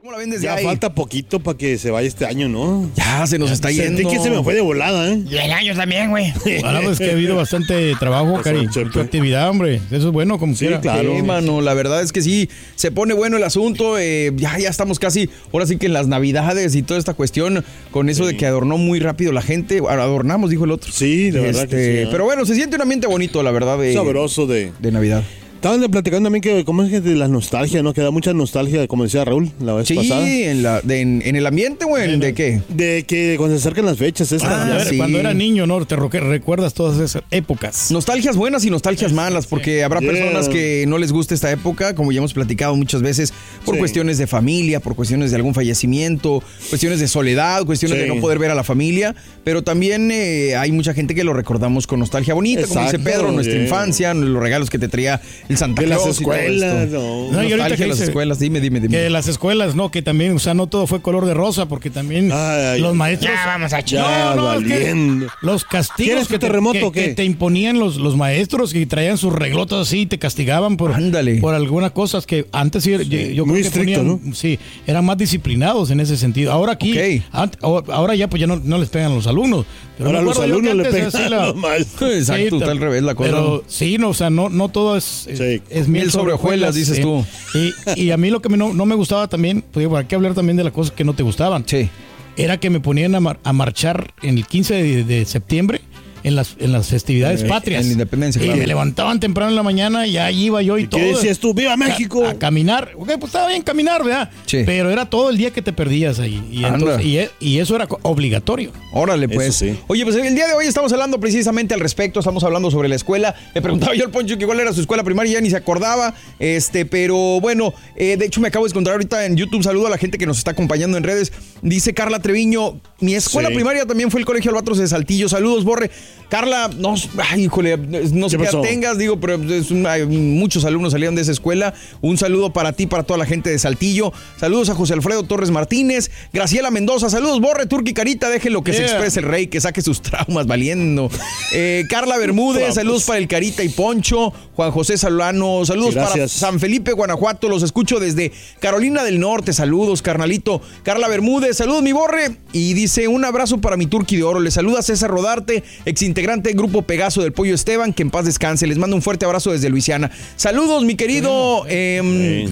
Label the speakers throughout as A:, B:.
A: ¿Cómo la ven desde
B: Ya
A: ahí?
B: falta poquito para que se vaya este año, ¿no?
A: Ya se nos está
B: Sentí
A: yendo.
B: que se me fue de volada, ¿eh?
C: Y el año también, güey.
D: Ahora pues que ha habido bastante trabajo, Cari.
B: Chepe.
D: Mucha actividad, hombre. Eso es bueno, como
B: Sí,
D: quiera.
B: claro.
A: Sí, mano, la verdad es que sí, se pone bueno el asunto, eh, ya, ya estamos casi, ahora sí que en las navidades y toda esta cuestión, con eso de que adornó muy rápido la gente, adornamos, dijo el otro.
B: Sí, de verdad
A: Este,
B: que sí. ¿eh?
A: Pero bueno, se siente un ambiente bonito, la verdad, de,
B: Sabroso de...
A: de Navidad.
B: Estaban platicando también que, ¿cómo es que de la nostalgia, no? Que da mucha nostalgia, como decía Raúl la vez
A: Sí,
B: pasada.
A: en, la, de- en, en el ambiente o en de qué? Ah,
B: De que cuando se acercan las fechas, eh, estas.
D: A ver,
A: sí.
D: Cuando era niño, ¿no? Te roque- recuerdas todas esas épocas.
A: Nostalgias buenas y nostalgias malas, porque habrá
B: Yeah.
A: personas que no les gusta esta época, como ya hemos platicado muchas veces, por
B: Sí.
A: cuestiones de familia, por cuestiones de algún fallecimiento, cuestiones de soledad, cuestiones
B: Sí.
A: de no poder ver a la familia, pero también eh, hay mucha gente que lo recordamos con nostalgia bonita, como dice
B: Exacto,
A: Pedro, nuestra
B: yeah.
A: infancia, los regalos que te traía el Santa
B: de las
A: Claus y todo
B: escuelas,
A: esto.
B: no.
D: No, y ahorita
A: nostalgia
D: que
A: de las
D: dice-
A: escuelas, dime, dime, dime.
D: Que las escuelas, ¿no? Que también, o sea, no todo fue color de rosa, porque también
B: Ay, ay,
D: los maestros.
C: Ya vamos a chingar.
B: Ya,
D: No, no, es que-
B: valiendo.
D: Los
B: ¿Quieres
D: castigos
B: un terremoto
D: que-
B: o qué?
D: que te imponían los, los maestros y traían sus reglotas así y te castigaban por,
A: Ándale.
D: por algunas cosas que antes sí, yo, yo
B: Muy
D: creo que
B: estricto,
D: ponían- sí, eran más disciplinados en ese sentido. Ahora aquí,
A: Ok.
D: ant- o- ahora ya pues ya no, no les pegan a los alumnos. Pero
B: Ahora
D: me
B: los
D: acuerdo yo que
B: alumnos le
D: antes
B: pegan
D: así
B: a los maestros.
D: Sí,
A: Exacto, está al revés la cosa, ¿no?
D: Pero sí, no, o sea, no, no todo es, es-
B: Sí.
D: es
A: Miel sobre hojuelas, dices
D: sí.
A: tú.
D: Y, y a mí lo que me- no, no me gustaba también, pues digo, hay que hablar también de las cosas que no te gustaban
A: Sí.
D: era que me ponían a, mar- a marchar en el 15 de, de septiembre en las, en las festividades
A: Eh,
D: patrias.
A: en la independencia,
D: Y
A: claro.
D: me levantaban temprano en la mañana y ahí iba yo y, todo.
B: ¿Qué decías tú? ¡Viva
D: Ca-
B: México!
D: A caminar. Ok, pues estaba bien caminar, ¿verdad?
A: Sí.
D: Pero era todo el día que te perdías ahí. Y,
A: Anda.
D: entonces- y e- y eso era co- obligatorio.
A: Órale,
B: Eso
A: pues.
B: sí.
A: Oye, pues el día de hoy estamos hablando precisamente al respecto, estamos hablando sobre la escuela. Le preguntaba yo al Poncho que cuál era su escuela primaria, ya ni se acordaba. Este, pero bueno, eh, de hecho me acabo de encontrar ahorita en YouTube. Saludo a la gente que nos está acompañando en redes. Dice Carla Treviño, mi escuela
B: Sí.
A: primaria también fue el Colegio Albatros de Saltillo. Saludos, Borre. Carla, no, ay, híjole, no sé
B: ¿Qué
A: qué edad
B: pasó?
A: tengas, digo, pero es un- hay muchos alumnos salieron de esa escuela. Un saludo para ti, para toda la gente de Saltillo. Saludos a José Alfredo Torres Martínez, Graciela Mendoza. Saludos, Borre, Turqui Carita, déjelo que que se
D: Yeah.
A: exprese el rey, que saque sus traumas valiendo. Eh, Carla Bermúdez,
B: Traumas.
A: saludos para el Carita y Poncho. Juan José Solano, saludos
B: Sí,
A: para
B: gracias.
A: San Felipe, Guanajuato. Los escucho desde Carolina del Norte. Saludos, carnalito. Carla Bermúdez, saludos, mi borre. Y dice: Un abrazo para mi turqui de oro. Le saluda César Rodarte, exintegrante del grupo Pegaso del Pollo Esteban. Que en paz descanse. Les mando un fuerte abrazo desde Luisiana. Saludos, mi querido. em,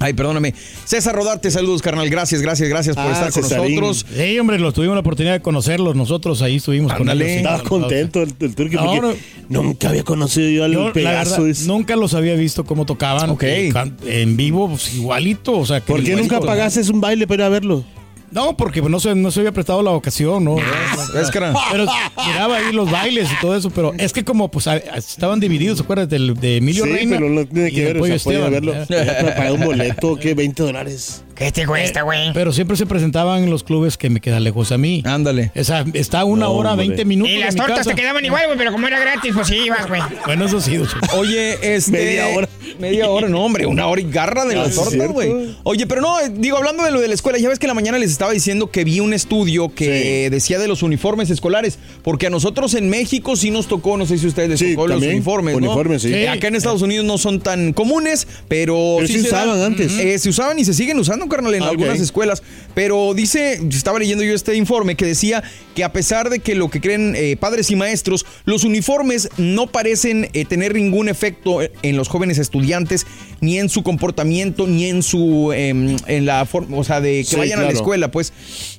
A: Ay, perdóname. César Rodarte, saludos, carnal. Gracias, gracias, gracias por
B: Ah,
A: estar con
B: Cesarín.
A: nosotros.
D: Sí, hombre, los tuvimos la oportunidad de conocerlos. Nosotros ahí estuvimos
A: Ándale.
D: ellos.
B: Estaba contento el, el turqui porque
D: Ahora-
B: nunca había conocido yo al
D: Yo, la
B: Pegaso.
D: verdad,
B: dice.
D: nunca los había visto cómo tocaban
A: Ok.
D: eh, can- en vivo, pues, igualito. O sea, que
B: ¿Por qué
D: igualito.
B: nunca pagaste un baile para ir a verlo?
D: No, porque pues, no se, no se había prestado la ocasión, ¿no?
B: Ah.
A: ¿Ves, carnal?
D: Pero miraba ahí los bailes y todo eso, pero es que como pues a- estaban divididos, ¿acuerdas? Del, de Emilio
B: sí,
D: Reina
B: pero no tiene
D: y
B: que
D: del
B: ver. O
D: Pollo
B: sea, podía
D: Esteban,
B: verlo.
D: ¿verdad?
B: Era para pagar un boleto, ¿qué? 20 dólares.
C: ¿Qué te cuesta, güey?
D: Pero siempre se presentaban en los clubes que me quedan lejos a mí.
A: Ándale.
D: O sea, está una
B: No,
D: hora,
B: hombre.
D: 20 minutos
C: Y
D: de
C: las
D: mi
C: tortas
D: casa.
C: te quedaban igual, güey, pero como era gratis, pues sí ibas, güey.
D: Bueno, eso sí, don Cheto.
A: Oye, este.
B: Media hora.
A: Media hora, no, hombre, una hora y garra de
B: Ah,
A: las
B: sí,
A: tortas,
B: cierto.
A: güey. Oye, pero no, eh, digo, hablando de lo de la escuela, ya ves que en la mañana les estaba diciendo que vi un estudio que decía de los uniformes escolares, porque a nosotros en México sí nos tocó, no sé si a ustedes les
B: Sí,
A: tocó los
B: también,
A: uniformes, ¿no?
B: uniformes, sí.
A: Eh, Acá en Estados Unidos no son tan comunes, pero,
B: Pero sí
A: se dan.
B: usaban antes.
A: Eh, se usaban y se siguen usando, carnal, en
B: Ah, ok.
A: algunas escuelas, pero dice, estaba leyendo yo este informe que decía que a pesar de que lo que creen eh, padres y maestros, los uniformes no parecen eh, tener ningún efecto eh, en los jóvenes estudiantes, ni en su comportamiento, ni en su, em, en la forma, o sea, de que
B: Sí,
A: vayan a la
B: claro.
A: escuela, pues.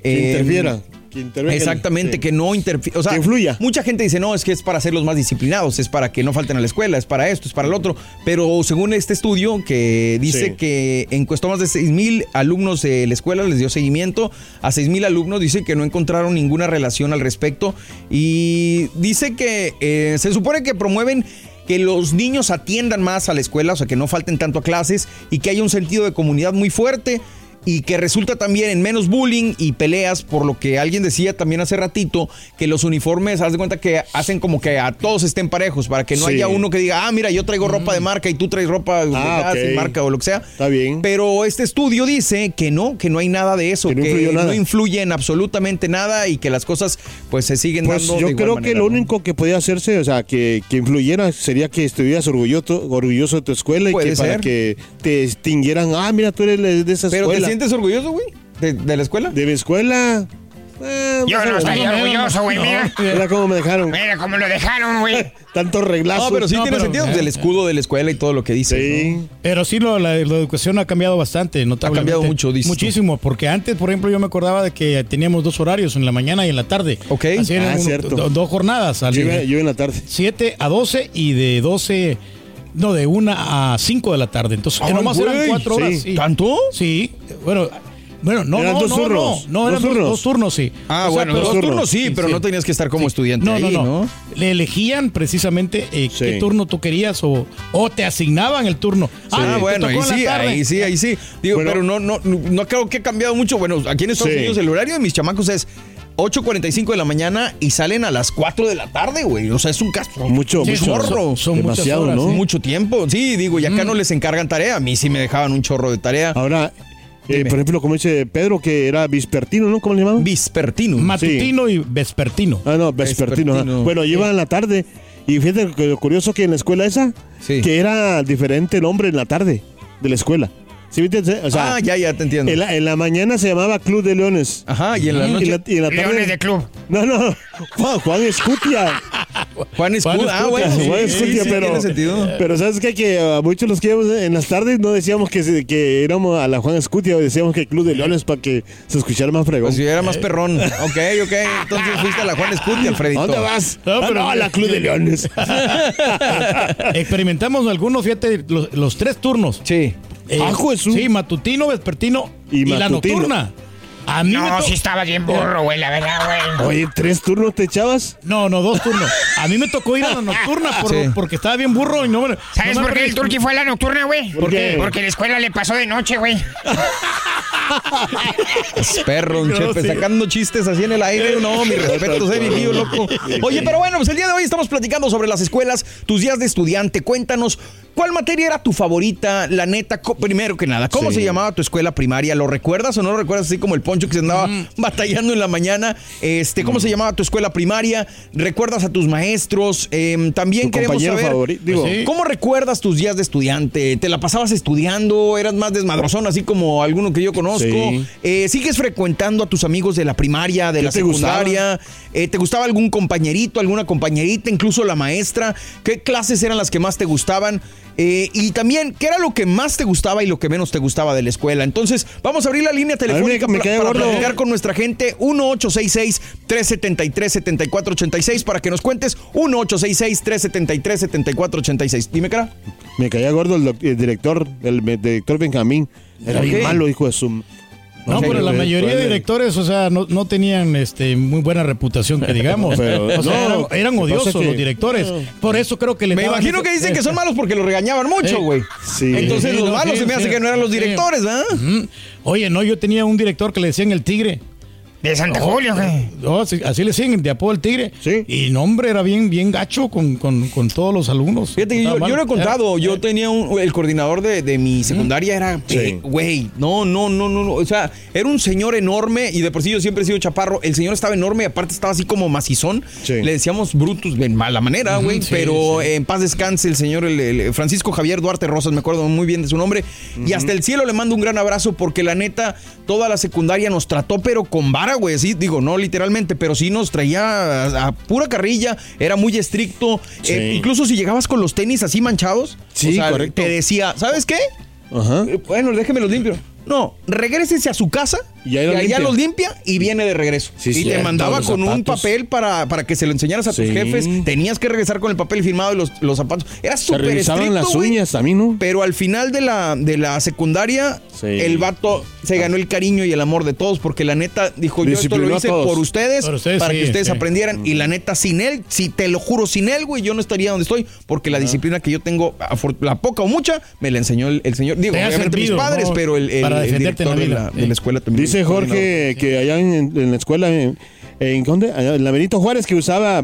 B: Que
D: Eh,
A: Em,
B: interfiera.
D: mm,
B: Que intervenga.
A: Exactamente,
B: Sí.
A: que no interfiera. O sea,
B: Que influya.
A: Mucha gente dice, no, es que es para hacerlos más disciplinados, es para que no falten a la escuela, es para esto, es para el otro. Pero según este estudio que dice
B: Sí.
A: que encuestó más de 6.000 alumnos de la escuela, les dio seguimiento a 6.000 alumnos, dice que no encontraron ninguna relación al respecto y dice que eh, se supone que promueven que los niños atiendan más a la escuela, o sea, que no falten tanto a clases y que haya un sentido de comunidad muy fuerte y que resulta también en menos bullying y peleas, por lo que alguien decía también hace ratito, que los uniformes, haz de cuenta que hacen como que a todos estén parejos, para que no
B: Sí. Mm.
A: haya uno que diga, ah, mira, yo traigo ropa de marca y tú traes ropa de
B: Ah,
A: sin
B: ok.
A: marca o lo que sea.
B: Está bien.
A: Pero este estudio dice que no, que no hay nada de eso, que
B: Que
A: no,
B: no influyó nada.
A: influye en absolutamente nada y que las cosas pues se siguen
B: Pues
A: dando.
B: yo
A: de igual
B: creo que
A: manera,
B: lo
A: ¿no?
B: único que podía hacerse, o sea, que, que influyera, sería que estuvieras orgulloso, orgulloso de tu escuela y
A: Puede
B: que para
A: ser.
B: que te distinguieran, ah, mira, tú eres de de esa
A: Pero
B: escuela.
A: ¿te sientes orgulloso, güey? ¿De, de la escuela?
B: ¿De mi escuela? Eh,
E: Yo
B: más o
E: no
B: menos.
E: estaría orgulloso, güey. Mira,
B: Mira cómo me dejaron.
E: mira cómo lo dejaron, güey.
B: Tantos reglazos.
A: No, pero sí
D: No,
A: tiene
D: pero- eh,
A: sentido, pues, el escudo de la escuela y todo lo que dice.
B: Sí.
D: Pero sí, lo- la, la educación ha cambiado bastante. notablemente.
A: cambiado mucho, dices tú.
D: Muchísimo, porque antes, por ejemplo, yo me acordaba de que teníamos dos horarios, en la mañana y en la tarde.
A: Ok.
D: Así eran
B: Ah,
D: un-
B: cierto.
D: do- dos jornadas, al-
B: Yo, iba- yo iba en la tarde.
D: 7 a 12 y de 12, no, de 1 a 5 de la tarde. Entonces,
A: Ay,
D: nomás eran
A: güey,
D: 4 horas.
B: sí.
D: sí.
A: ¿Tanto?
D: Sí, bueno, bueno, no,
B: Eran
D: no,
B: dos
D: no,
B: turnos,
D: no, no,
B: dos
D: eran dos
B: turnos.
D: dos turnos, sí.
A: Ah,
D: O sea,
A: bueno,
D: pero-
A: dos
B: dos
A: turnos
B: turnos.
A: sí, pero
D: sí.
A: no tenías que estar como estudiante
D: No,
A: ahí,
D: no,
A: ¿no?
D: no, Le elegían precisamente eh,
B: Sí.
D: qué turno tú querías o, o te asignaban el turno.
A: Ah,
D: te
A: bueno, ahí
D: tocó en la
A: sí,
D: tarde.
A: ahí sí, ahí sí. Digo,
B: Bueno.
A: pero no, no, no creo que ha cambiado mucho. Bueno, aquí en Estados
B: Sí.
A: Unidos el horario de mis chamacos es 8.45 de la mañana y salen a las 4 de la tarde, güey. O sea, es un caso.
B: Mucho,
D: Sí,
B: mucho.
D: son-
A: chorro.
D: son muchas
B: Demasiado,
D: horas,
B: ¿no?
D: sí.
A: Mucho tiempo. Sí, digo, y
B: Mm.
A: acá no les encargan tarea. A mí sí me dejaban un chorro de tarea.
B: Ahora, eh,
A: Dime.
B: por ejemplo, como dice Pedro, que era vespertino, ¿no? ¿Cómo le llamaban?
A: Vespertino.
D: Matutino y vespertino.
B: Ah, no, vespertino. ajá.
A: Vespertino.
B: Bueno, llevan en la tarde. Y fíjate que lo curioso que en la escuela esa,
A: Sí.
B: que era diferente el hombre en la tarde de la escuela. ¿Sí viste? O sea,
A: ah, ya, ya te entiendo. Ah.
B: en, la, en la mañana se llamaba Club de Leones.
A: Ajá, y en la
B: Mm. Y
A: noche.
B: la- y en la tarde-
E: Leones de club.
B: No, no, Juan, Juan Escutia.
A: Juan Escudo.
D: Juan
A: Ah,
D: Escutia,
A: bueno.
D: sí,
B: Juan
A: sí, sí,
B: Escutia,
A: sí,
B: pero.
A: Tiene sentido.
B: Pero sabes qué? que a muchos los que íbamos en las tardes no decíamos que, se- que éramos a la Juan Escutia, decíamos que Club de Leones para que se escuchara más fregón.
A: Pues yo era más perrón. Ok, ok. Entonces fuiste a la Juan Escutia, Alfredito.
B: Eh. ¿A dónde vas?
D: No,
B: Ah,
D: pero-
B: no, a la Club de Leones.
D: Experimentamos algunos, fíjate, los, los tres turnos.
A: Sí.
D: Eh,
B: Ah, Jesús.
D: sí, matutino, vespertino y,
B: Y
D: la
B: matutino.
D: nocturna. A mí me
E: No,
D: to-
E: sí estaba bien burro, güey, la verdad, güey.
B: Oye, ¿tres turnos te echabas?
D: No, no, dos turnos. A mí me tocó ir a la nocturna por-
A: Sí.
D: porque estaba bien burro y no me.
E: ¿Sabes
D: no me
E: por qué el
D: aprendí-
E: turqui fue a la nocturna, güey?
B: ¿Por qué?
E: Porque la escuela le pasó de noche, güey.
A: Es perro, un chepe, sacando chistes así en el aire. No, mi respeto, eh, viejillo, loco. Oye, pero bueno, pues el día de hoy estamos platicando sobre las escuelas, tus días de estudiante. Cuéntanos, ¿cuál materia era tu favorita? La neta, co- primero que nada, ¿cómo
B: Sí.
A: se llamaba tu escuela primaria? ¿Lo recuerdas o no lo recuerdas? Así como el poncho que se andaba
B: Mm.
A: batallando en la mañana. Este, ¿Cómo se llamaba tu escuela primaria? ¿Recuerdas a tus maestros? Em, también
B: Tu
A: queremos
B: compañero
A: saber.
B: favorito, digo.
D: Pues sí.
A: ¿Cómo recuerdas tus días de estudiante? ¿Te la pasabas estudiando? ¿Eras más desmadrozón, así como alguno que yo conozco?
B: Sí.
A: Eh, ¿Sigues frecuentando a tus amigos de la primaria, de
B: ¿Qué
A: la
B: te
A: secundaria? Eh, ¿Te gustaba algún compañerito, alguna compañerita, incluso la maestra? ¿Qué clases eran las que más te gustaban? Eh, y también, ¿qué era lo que más te gustaba y lo que menos te gustaba de la escuela? Entonces, vamos a abrir la línea telefónica
B: me
A: pla-
B: cae
A: para
B: gordo.
A: platicar con nuestra gente 1866-373-7486 para que nos cuentes 1866-373-7486. Dime, cara.
B: Me caía gordo el, doc- el director, el me- director Benjamín. Era
A: ¿Por
B: bien
A: qué?
B: malo, hijo de su...
D: No, pero
A: Pues,
D: la mayoría de directores, o sea, no, no tenían este, muy buena reputación, que digamos.
B: Pero,
D: o
B: no,
D: sea, eran, eran
B: lo que pasa
D: odiosos
B: es que-
D: los directores. Por eso creo que le
A: Me imagino que dicen que son malos porque los regañaban mucho,
D: Sí.
A: güey.
B: Sí.
A: Entonces
D: Sí,
A: los
D: no,
A: malos
D: sí,
A: se me hace
D: sí.
F: Mm.
A: que no eran los directores, ¿verdad?
D: Oye, no, yo tenía un director que le decían el tigre.
C: De Santa Julia, güey.
F: No, Oh, eh, sí, así le siguen, de apodo el tigre. Y nombre era bien, bien gacho con, con- con todos los alumnos. Eh,
A: Fíjate que yo, yo lo he contado, yo tenía un, el coordinador de, de mi secundaria era, eh, güey, no, no, no, no, no, o sea, era un señor enorme y de por sí yo siempre he sido chaparro, el señor estaba enorme, aparte estaba así como macizón, le decíamos Brutus de mala manera, güey,
F: sí,
A: pero eh, en paz descanse el señor el- el Francisco Javier Duarte Rosas, me acuerdo muy bien de su nombre, y hasta el cielo le mando un gran abrazo porque la neta, toda la secundaria nos trató pero con vara, güey, sí, digo, no literalmente, pero sí nos traía a, a pura carrilla, era muy estricto, eh, incluso si llegabas con los tenis así manchados,
B: Sí, correcto.
A: te decía, ¿sabes qué?
B: Ajá.
A: Eh, Bueno, déjeme los limpio. No, regrésese a su casa
B: Y ahí los
A: y allá
B: limpia.
A: los limpia y viene de regreso.
B: Sí,
A: y
B: cierto,
A: te mandaba
B: los
A: con un
B: zapatos.
A: papel para, para que se lo enseñaras a tus
B: Sí.
A: jefes. Tenías que regresar con el papel firmado y los, los zapatos. Era
B: Se
A: súper estricto,
B: revisaban las
A: güey,
B: uñas a mí, ¿no?
A: Pero al final de la, de la secundaria,
B: Sí.
A: el vato se ganó el cariño y el amor de todos porque la neta dijo, yo esto
B: Disciplinó
A: lo
B: a
A: hice
B: todos.
A: por ustedes,
F: Por ustedes,
A: para
F: sí,
A: que ustedes
F: sí.
A: aprendieran. Y la neta, sin él, si te lo juro, sin él, güey, yo no estaría donde estoy porque la disciplina que yo tengo, afor- la poca o mucha, me la enseñó el, el señor. Digo,
F: Te ha
A: obviamente
F: servido,
A: mis padres,
F: ¿no?
A: pero el, el-
F: Para
A: el
F: defenderte en la
A: director de
F: vida.
A: la, de la escuela también.
B: Dice Jorge que allá en, en la escuela, en, en, ¿dónde? Allá en la Benito Juárez, que usaba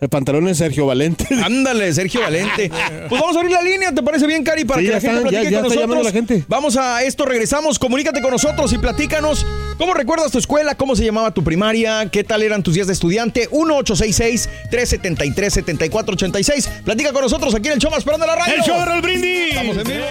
B: eh, pantalones Sergio Valente.
A: Ándale, Sergio Valente. Pues vamos a abrir la línea, ¿te parece bien, Cari? Para
B: Sí,
A: que
B: ya
A: la gente
B: está, ya-
A: platique
B: ya
A: con
B: está llamando
A: nosotros.
B: la gente.
A: Vamos a esto, regresamos. Comunícate con nosotros y platícanos cómo recuerdas tu escuela, cómo se llamaba tu primaria, qué tal eran tus días de estudiante. 1-866-373-7486. Platica con nosotros aquí en el show más perrón de la radio.
G: ¡El show de Raúl Brindis!
A: Estamos en vivo.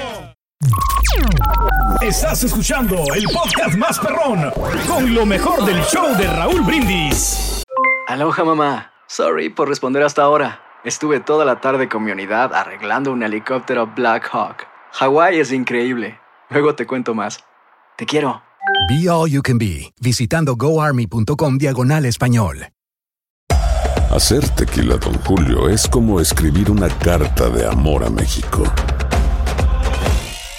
G: Estás escuchando el podcast más perrón con lo mejor del show de Raúl Brindis.
H: Aloha mamá. Sorry por responder hasta ahora. Estuve toda la tarde con mi unidad arreglando un helicóptero Black Hawk. Hawái es increíble. Luego te cuento más. Te quiero.
I: Be All You Can Be, visitando goarmy.com diagonal español.
J: Hacer tequila, Don Julio, es como escribir una carta de amor a México.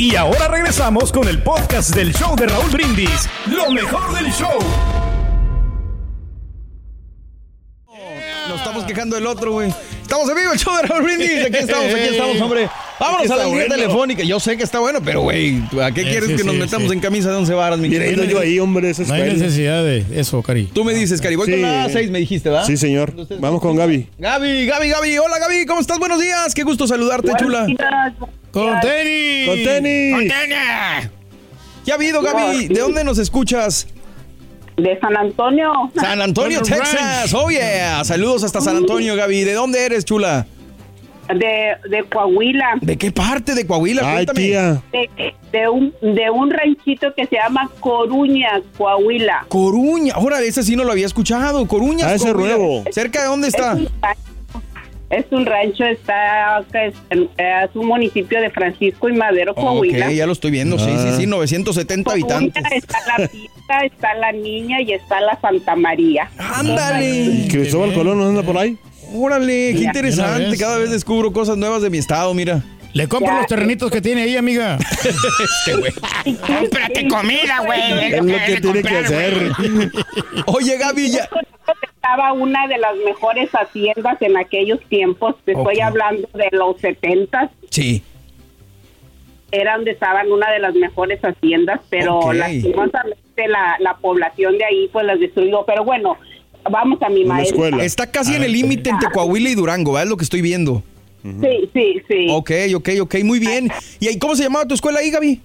G: Y ahora regresamos con el podcast del show de Raúl Brindis. Lo mejor del show.
A: Nos estamos quejando del otro, güey. Estamos en vivo, el show de Raúl Brindis. Aquí estamos, aquí estamos, hombre. Vámonos
B: Está
A: a la línea
B: bueno.
A: telefónica. Yo sé que está bueno, pero, güey, ¿a qué
F: Sí,
A: quieres
F: sí,
A: que nos
F: sí,
A: metamos
F: sí.
A: en camisa de once varas, mi
F: Mira,
A: querido?
F: ando yo ahí,
B: hombre, esa
F: No hay necesidad de eso, Cari.
A: Tú me dices, Cari, voy con la 6, me dijiste, ¿verdad?
B: Sí, señor. Vamos con Gaby.
A: Gaby, Gaby, Gaby. Hola, Gaby, ¿cómo estás? Buenos días. Qué gusto saludarte, chula.
F: Con tenis.
A: Con tenis. ¿Qué ha habido, Gaby? ¿De dónde nos escuchas?
D: De San Antonio.
A: San Antonio,
D: Bueno,
A: Texas. Oh, yeah. Saludos hasta San Antonio, Gaby. ¿De dónde eres, chula?
D: De, de Coahuila.
A: ¿De qué parte de Coahuila? Cuéntame.
D: De, de un, de un ranchito que se llama Coruña, Coahuila.
A: Coruña. Ahora, ese sí no lo había escuchado. Coruña.
D: Ah, ese
A: Coahuila.
D: nuevo.
A: ¿Cerca de dónde está?
D: Es un rancho, está pues, acá, es, es un municipio de Francisco y Madero, Coahuila.
A: Ok, ya lo estoy viendo. Sí, sí, sí.
D: Ah.
A: 970
D: Coahuila
A: habitantes.
D: está la pista, está la niña y está la Santa María.
A: ¡Ándale!
B: ¿Y Cristóbal Colón no anda por ahí?
A: Órale, qué
D: Ya.
A: interesante. Cada vez descubro cosas nuevas de mi estado, mira.
F: Le compro los terrenitos que tiene ahí, amiga.
A: este güey.
C: Cómprate comida, güey.
A: Es lo que tiene que hacer. Oye, Gaby, ya.
D: Estaba una de las mejores haciendas en aquellos tiempos. Te estoy hablando de los setentas.
A: Sí.
D: era donde estaban una de las mejores haciendas, pero
A: Ok.
D: lastimosamente la, la población de ahí pues las destruyó. Pero bueno, vamos a mi maestra.
A: Está casi en el límite entre Coahuila y Durango, ¿verdad? Es lo que estoy viendo.
D: Sí, sí, sí.
A: Ok, ok, ok, muy bien. ¿Y ahí cómo se llamaba tu escuela ahí, Gaby?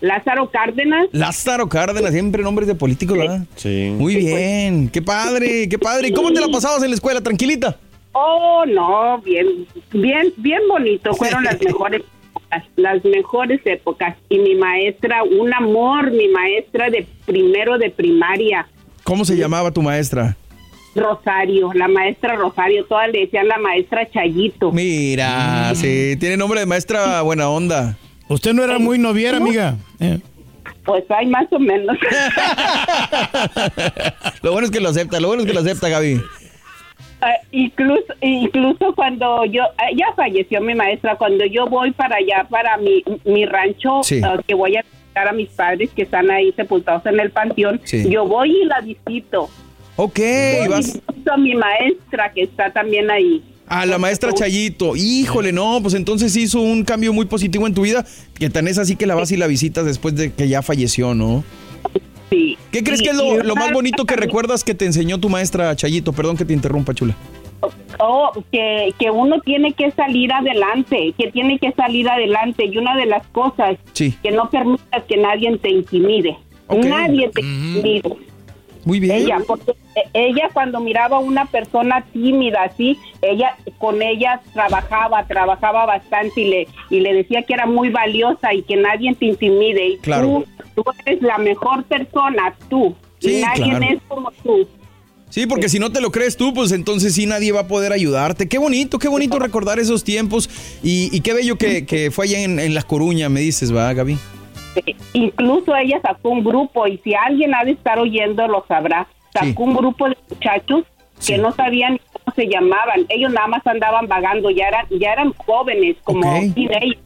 D: Lázaro Cárdenas.
A: Lázaro Cárdenas, siempre nombres de políticos, ¿verdad? Sí. pues. Muy bien, qué padre, qué padre. ¿Y cómo te la pasabas en la escuela, tranquilita?
D: Oh, no, bien, bien, bien bonito. Fueron las mejores épocas, las mejores épocas. Y mi maestra, un amor, mi maestra de primero de primaria,
A: ¿Cómo se llamaba tu maestra?
D: Rosario, la maestra Rosario, todas le decían la maestra Chayito.
A: Mira, sí, tiene nombre de maestra buena onda.
F: Usted no era muy noviera, amiga. Eh.
D: Pues hay más o menos.
A: Lo bueno es que lo acepta, lo bueno es que lo acepta, Gaby.
D: Ah, incluso incluso cuando yo ah, ya falleció mi maestra cuando yo voy para allá para mi mi rancho
A: Sí.
D: ah, que voy a visitar a mis padres que están ahí sepultados en el panteón
A: Sí.
D: yo voy y la visito
A: Ok,
D: Voy y
A: vas-
D: visito a mi maestra que está también ahí
A: A la maestra Chayito. Híjole, no, pues entonces hizo un cambio muy positivo en tu vida, que tan es así que la vas y la visitas después de que ya falleció, ¿no?
D: Sí.
A: ¿Qué crees
D: Y-
A: que es
D: y
A: lo,
D: una
A: lo más bonito que
D: también-
A: recuerdas que te enseñó tu maestra Chayito? Perdón que te interrumpa, chula.
D: Oh, que, que uno tiene que salir adelante, que tiene que salir adelante. Y una de las cosas
A: Sí.
D: que no permitas que nadie te intimide. Nadie te intimide.
A: Muy bien.
D: Ella, porque eh, ella cuando miraba a una persona tímida así, ella con ella trabajaba, trabajaba bastante y le, y le decía que era muy valiosa y que nadie te intimide. Y
A: Claro.
D: tú, tú eres la mejor persona, tú.
A: Sí,
D: y nadie
A: claro.
D: es como tú.
A: Sí, porque si no te lo crees tú, pues entonces sí nadie va a poder ayudarte. Qué bonito, qué bonito recordar esos tiempos y, y qué bello que, que fue allá en, en La Coruña, me dices, va, Gaby.
D: Eh, incluso ella sacó un grupo y si alguien ha de estar oyendo lo sabrá, sacó
A: Sí.
D: un grupo de muchachos que no sabían ni cómo se llamaban, ellos nada más andaban vagando, ya eran, ya eran jóvenes como
A: Ok.
D: teenagers.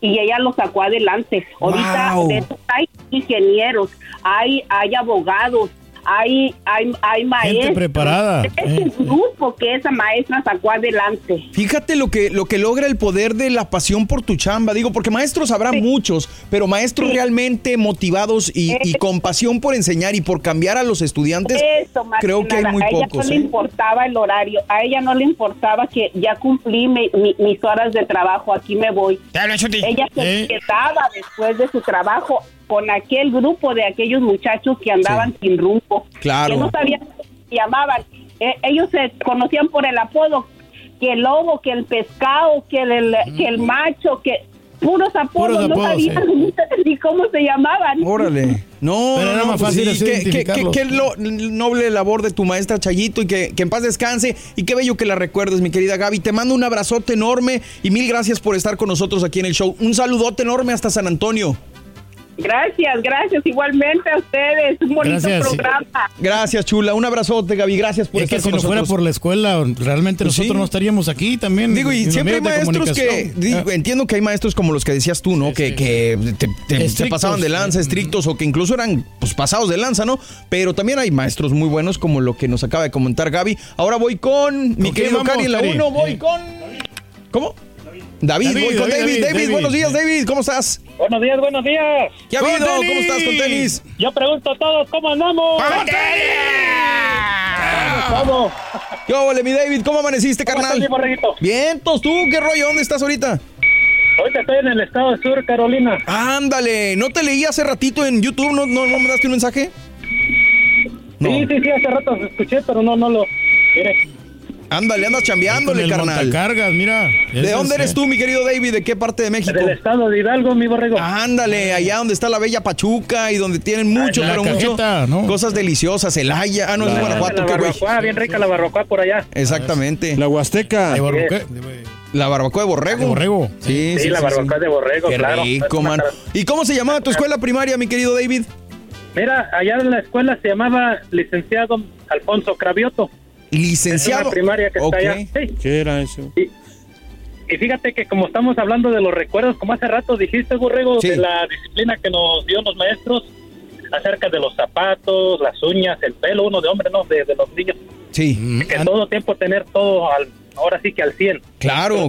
D: y ella los sacó adelante. Ahorita
A: Wow.
D: de esos hay ingenieros, hay, hay abogados, hay, hay, hay maestros.
F: preparada.
D: Ese grupo que esa maestra sacó adelante.
A: Fíjate lo que, lo que logra el poder de la pasión por tu chamba. Digo, porque maestros habrá muchos, pero maestros realmente motivados
D: Eh,
A: y, y con pasión por enseñar y por cambiar a los estudiantes,
D: Eso, más
A: creo que hay
D: nada.
A: muy
D: a ella
A: pocos.
D: No le
A: ¿eh?
D: importaba el horario, a ella no le importaba que ya cumplí mi- mi- mis horas de trabajo, aquí me voy. Ella se quedaba después de su trabajo con aquel grupo de aquellos muchachos que andaban sin rumbo,
A: Claro.
D: que no sabían cómo se llamaban. Eh, ellos se conocían por el apodo, que el lobo, que el pescado, que el, que el macho, que puros apodos,
A: Mm. Puros
D: no
A: apodos,
D: sabían ni cómo se llamaban.
A: Órale. No,
F: Pero
A: no,
F: era
A: no,
F: más
A: pues
F: fácil
A: sí,
F: así
A: qué- qué, qué-
F: identificarlos.
A: qué lo- noble labor de tu maestra Chayito y que, que en paz descanse y qué bello que la recuerdes, mi querida Gaby. Te mando un abrazote enorme y mil gracias por estar con nosotros aquí en el show. Un saludote enorme hasta San Antonio.
D: Gracias, gracias igualmente a ustedes. Un bonito
A: Gracias.
D: programa.
A: Gracias, chula. Un abrazote, Gaby. Gracias por
F: Es
A: estar
F: que si
A: con
F: no fuera
A: nosotros.
F: por la escuela, realmente
A: Pues
F: nosotros
A: sí.
F: no estaríamos aquí también.
A: Digo, y
F: Mm. los
A: siempre hay
F: medios de
A: maestros que.
F: comunicación. Ah,
A: digo, entiendo que hay maestros como los que decías tú, ¿no? que que te- te- se
F: Estrictos. eh.
A: pasaban de lanza, estrictos, o que incluso eran pues, pasados de lanza, ¿no? Pero también hay maestros muy buenos como lo que nos acaba de comentar Gaby. Ahora voy con, mi
F: quién
A: querido
F: vamos,
A: Cari en la
F: Cari? Eh.
A: 1, voy con. ¿Cómo? David,
F: David,
A: voy con
F: David,
A: David, David,
F: David, David.
A: buenos días, David, ¿cómo estás?
K: Buenos días, buenos días.
A: ¿Qué ha
K: ¡Con
A: habido?
K: tenis!
A: ¿Cómo estás con tenis?
K: Yo pregunto a todos, ¿cómo andamos?
A: ¿Cómo? ¿Qué ole, mi David? ¿Cómo amaneciste,
K: ¿Cómo
A: carnal?
K: estás, mi borreguito?
A: Bien, tos, tú, ¿qué rollo? ¿Dónde estás ahorita?
K: Ahorita estoy en el estado de Sur, Carolina.
A: Ándale, ¿no te leí hace ratito en YouTube? ¿No, no, no me daste un mensaje?
K: Sí, sí, sí, hace rato los escuché, pero no, no lo... Mire,
A: Ándale, andas
F: Con
A: chambeándole,
F: el
A: carnal.
F: montacargas, mira.
A: ¿De dónde eres tú, mi querido David? ¿De qué parte de México?
K: Del estado de Hidalgo, mi borrego.
A: Ándale, allá donde está la bella Pachuca y donde tienen mucho,
F: Ah, la
A: pero mucho.
F: cajeta, ¿no?
A: Cosas deliciosas, el haya. Ah, no, es de
K: Ah,
A: Guanajuato,
K: la
A: qué güey.
K: barbacoa, bien rica la barbacoa por allá.
A: Exactamente. La Huasteca. La barbacoa
F: Ah,
A: de borrego. borrego. Sí,
K: Sí, la barbacoa de borrego,
A: Qué
K: claro.
A: rico, mano. ¿Y cómo se llamaba tu escuela primaria, mi querido David?
K: Mira, allá en la escuela se llamaba licenciado Alfonso Cravioto.
A: Licenciado.
K: Es una primaria que
A: Ok.
K: está allá. Sí.
B: ¿Qué era eso?
K: Y fíjate que como estamos hablando de los recuerdos, como hace rato dijiste, Borrego,
A: Sí.
K: de la disciplina que nos dio los maestros acerca de los zapatos, las uñas, el pelo, uno de hombre, no, de, de los niños.
F: Mm,
A: Sí.
K: Que en todo tiempo tener todo, al, ahora sí que al 100.
A: Claro.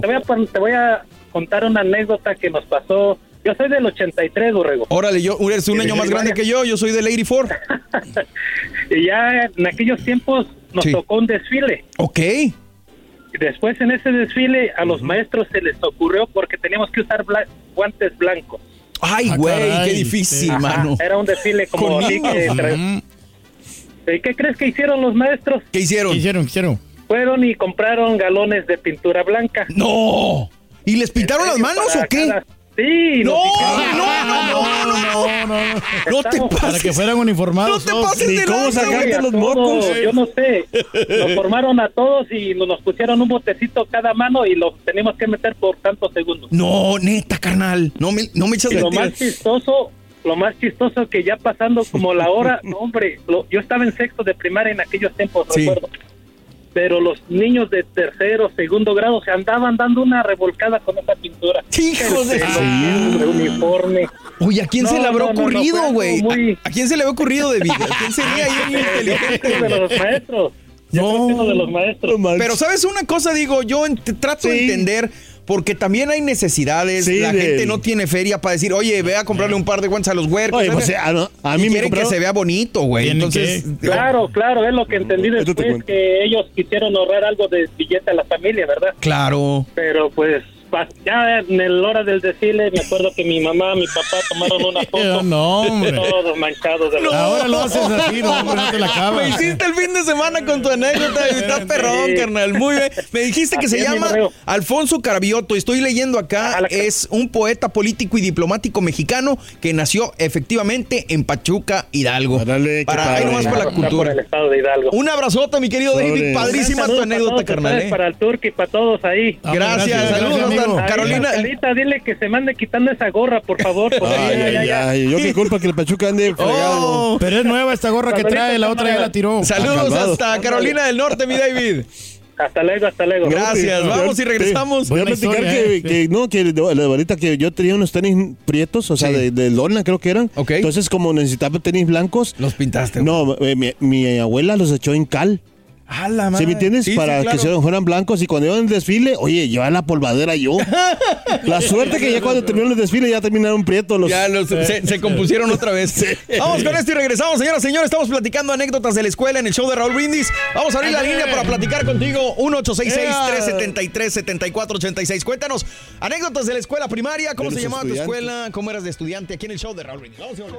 K: Pero Te voy, a, pon- te voy a contar una anécdota que nos pasó. Yo soy del 83, Borrego.
A: Órale, yo eres un año más grande que yo, yo soy del 84.
K: Y ya en aquellos tiempos nos
A: Sí.
K: tocó un desfile.
A: Ok.
K: Después en ese desfile a los maestros se les ocurrió porque teníamos que usar bla- guantes blancos.
A: Ay, güey, qué difícil,
K: Ajá,
A: mano.
K: Era un desfile como
A: Con
K: así
A: niños.
K: que tra- ¿Y ¿Qué crees que hicieron los maestros?
A: ¿Qué hicieron?
F: ¿Qué hicieron? ¿Qué hicieron?
K: Fueron y compraron galones de pintura blanca.
A: ¡No! ¿Y les pintaron las manos o qué?
D: Sí,
A: no, no, no, no, no, no, no te pases.
L: Para que fueran uniformados.
A: No te pases de lanza, güey.
D: Yo no sé.
A: Eh.
D: Nos formaron a todos y nos pusieron un botecito cada mano y lo tenemos que meter por tantos segundos.
A: No, neta, carnal. No me, no me echas
D: Y lo
A: mentiras.
D: más chistoso, lo más chistoso que ya pasando como la hora, no, hombre, lo- yo estaba en sexto de primaria en aquellos tiempos,
A: Sí.
D: recuerdo. Pero los niños de tercero, segundo grado se andaban dando una revolcada con esa pintura.
A: ¡Hijos de
D: El uniforme.
A: Oye, ¿a quién se
D: No,
A: le habrá
D: no, no, no, fue
A: ocurrido,
D: algo
A: güey?
D: muy-
A: ¿A, a quién se le habrá ocurrido de vida? ¿A quién sería ahí el inteligente?
D: Uno de los maestros. Yo creo que uno de los maestros.
A: Pero sabes una cosa, digo, yo ent- trato de entender porque también hay necesidades.
B: Sí,
A: la
B: de-
A: gente no tiene feria para decir, oye, ve a comprarle un par de guantes a los huercos.
B: Oye, pues,
A: ¿sabes?
B: a no- a
A: Y
B: mí me
A: quieren que
B: compraron-
A: se vea bonito, güey.
B: Tienen
A: Entonces,
B: que-
A: digo,
D: Claro, claro, es lo que entendí después que ellos quisieron ahorrar algo de billete a la familia, ¿verdad?
A: claro.
D: Pero pues pas- ya en el hora del desfile me acuerdo que mi mamá, mi papá tomaron una foto.
L: No, hombre.
D: Todos manchados de la-
L: Ahora lo haces así, no, hombre, no te la acabas.
A: Me hiciste el fin de semana con tu anécdota. y Estás perrón, carnal. Muy bien. Me dijiste que
L: Así
A: se
L: es, mi
A: llama
L: borrego.
A: Alfonso Carabioto. Estoy leyendo
D: Ah,
A: acá. Es un poeta político y diplomático mexicano que nació efectivamente en Pachuca, Hidalgo. para, ahí nomás para la
D: Acá por
A: cultura.
D: el estado de Hidalgo.
A: Un abrazote, mi querido David. Padrísima tu
D: Saludos para
A: anécdota,
D: todos
A: carnal.
D: ustedes,
A: ¿eh?
D: Para el turque y para todos ahí.
A: Ah, Gracias, gracias, saludos, gracias, amigo.
D: Ahí,
A: Carolina.
D: Marcelita, dile que se mande quitando esa gorra, por favor. porque
B: Ay,
D: ya,
B: ay,
D: ya, ya.
B: ay, yo qué culpa que el Pachuca ande fregado.
L: Pero es nueva esta gorra que trae, la otra ya la tiró.
A: Saludos hasta Carolina del Norte, mi David.
D: Hasta luego, hasta luego.
A: Gracias,
B: No, te-
A: vamos y
B: te-
A: regresamos. ¿eh?
B: Te voy a platicar que, que no, que de- la varita que yo tenía unos tenis prietos, o sea, de, de lona creo que eran. Entonces, como necesitaba tenis blancos.
A: Los pintaste.
B: No, eh, mi, mi abuela los echó en cal. ¿Sí me entiendes? Para que se fueran blancos y cuando iban al desfile, oye, yo a la polvadera yo. la suerte que ya cuando terminaron el desfile ya terminaron prietos los.
A: Ya los- se, se compusieron otra vez. Vamos con esto y regresamos, señoras y señores. Estamos platicando anécdotas de la escuela en el show de Raúl Brindis. Vamos a abrir la línea para platicar contigo. 1-866-373-7486. Cuéntanos anécdotas de la escuela primaria. ¿Cómo
B: De
A: se
B: los
A: llamaba tu
B: estudiantes.
A: escuela? ¿Cómo eras de estudiante? Aquí en el show de Raúl Brindis. Vamos, señores.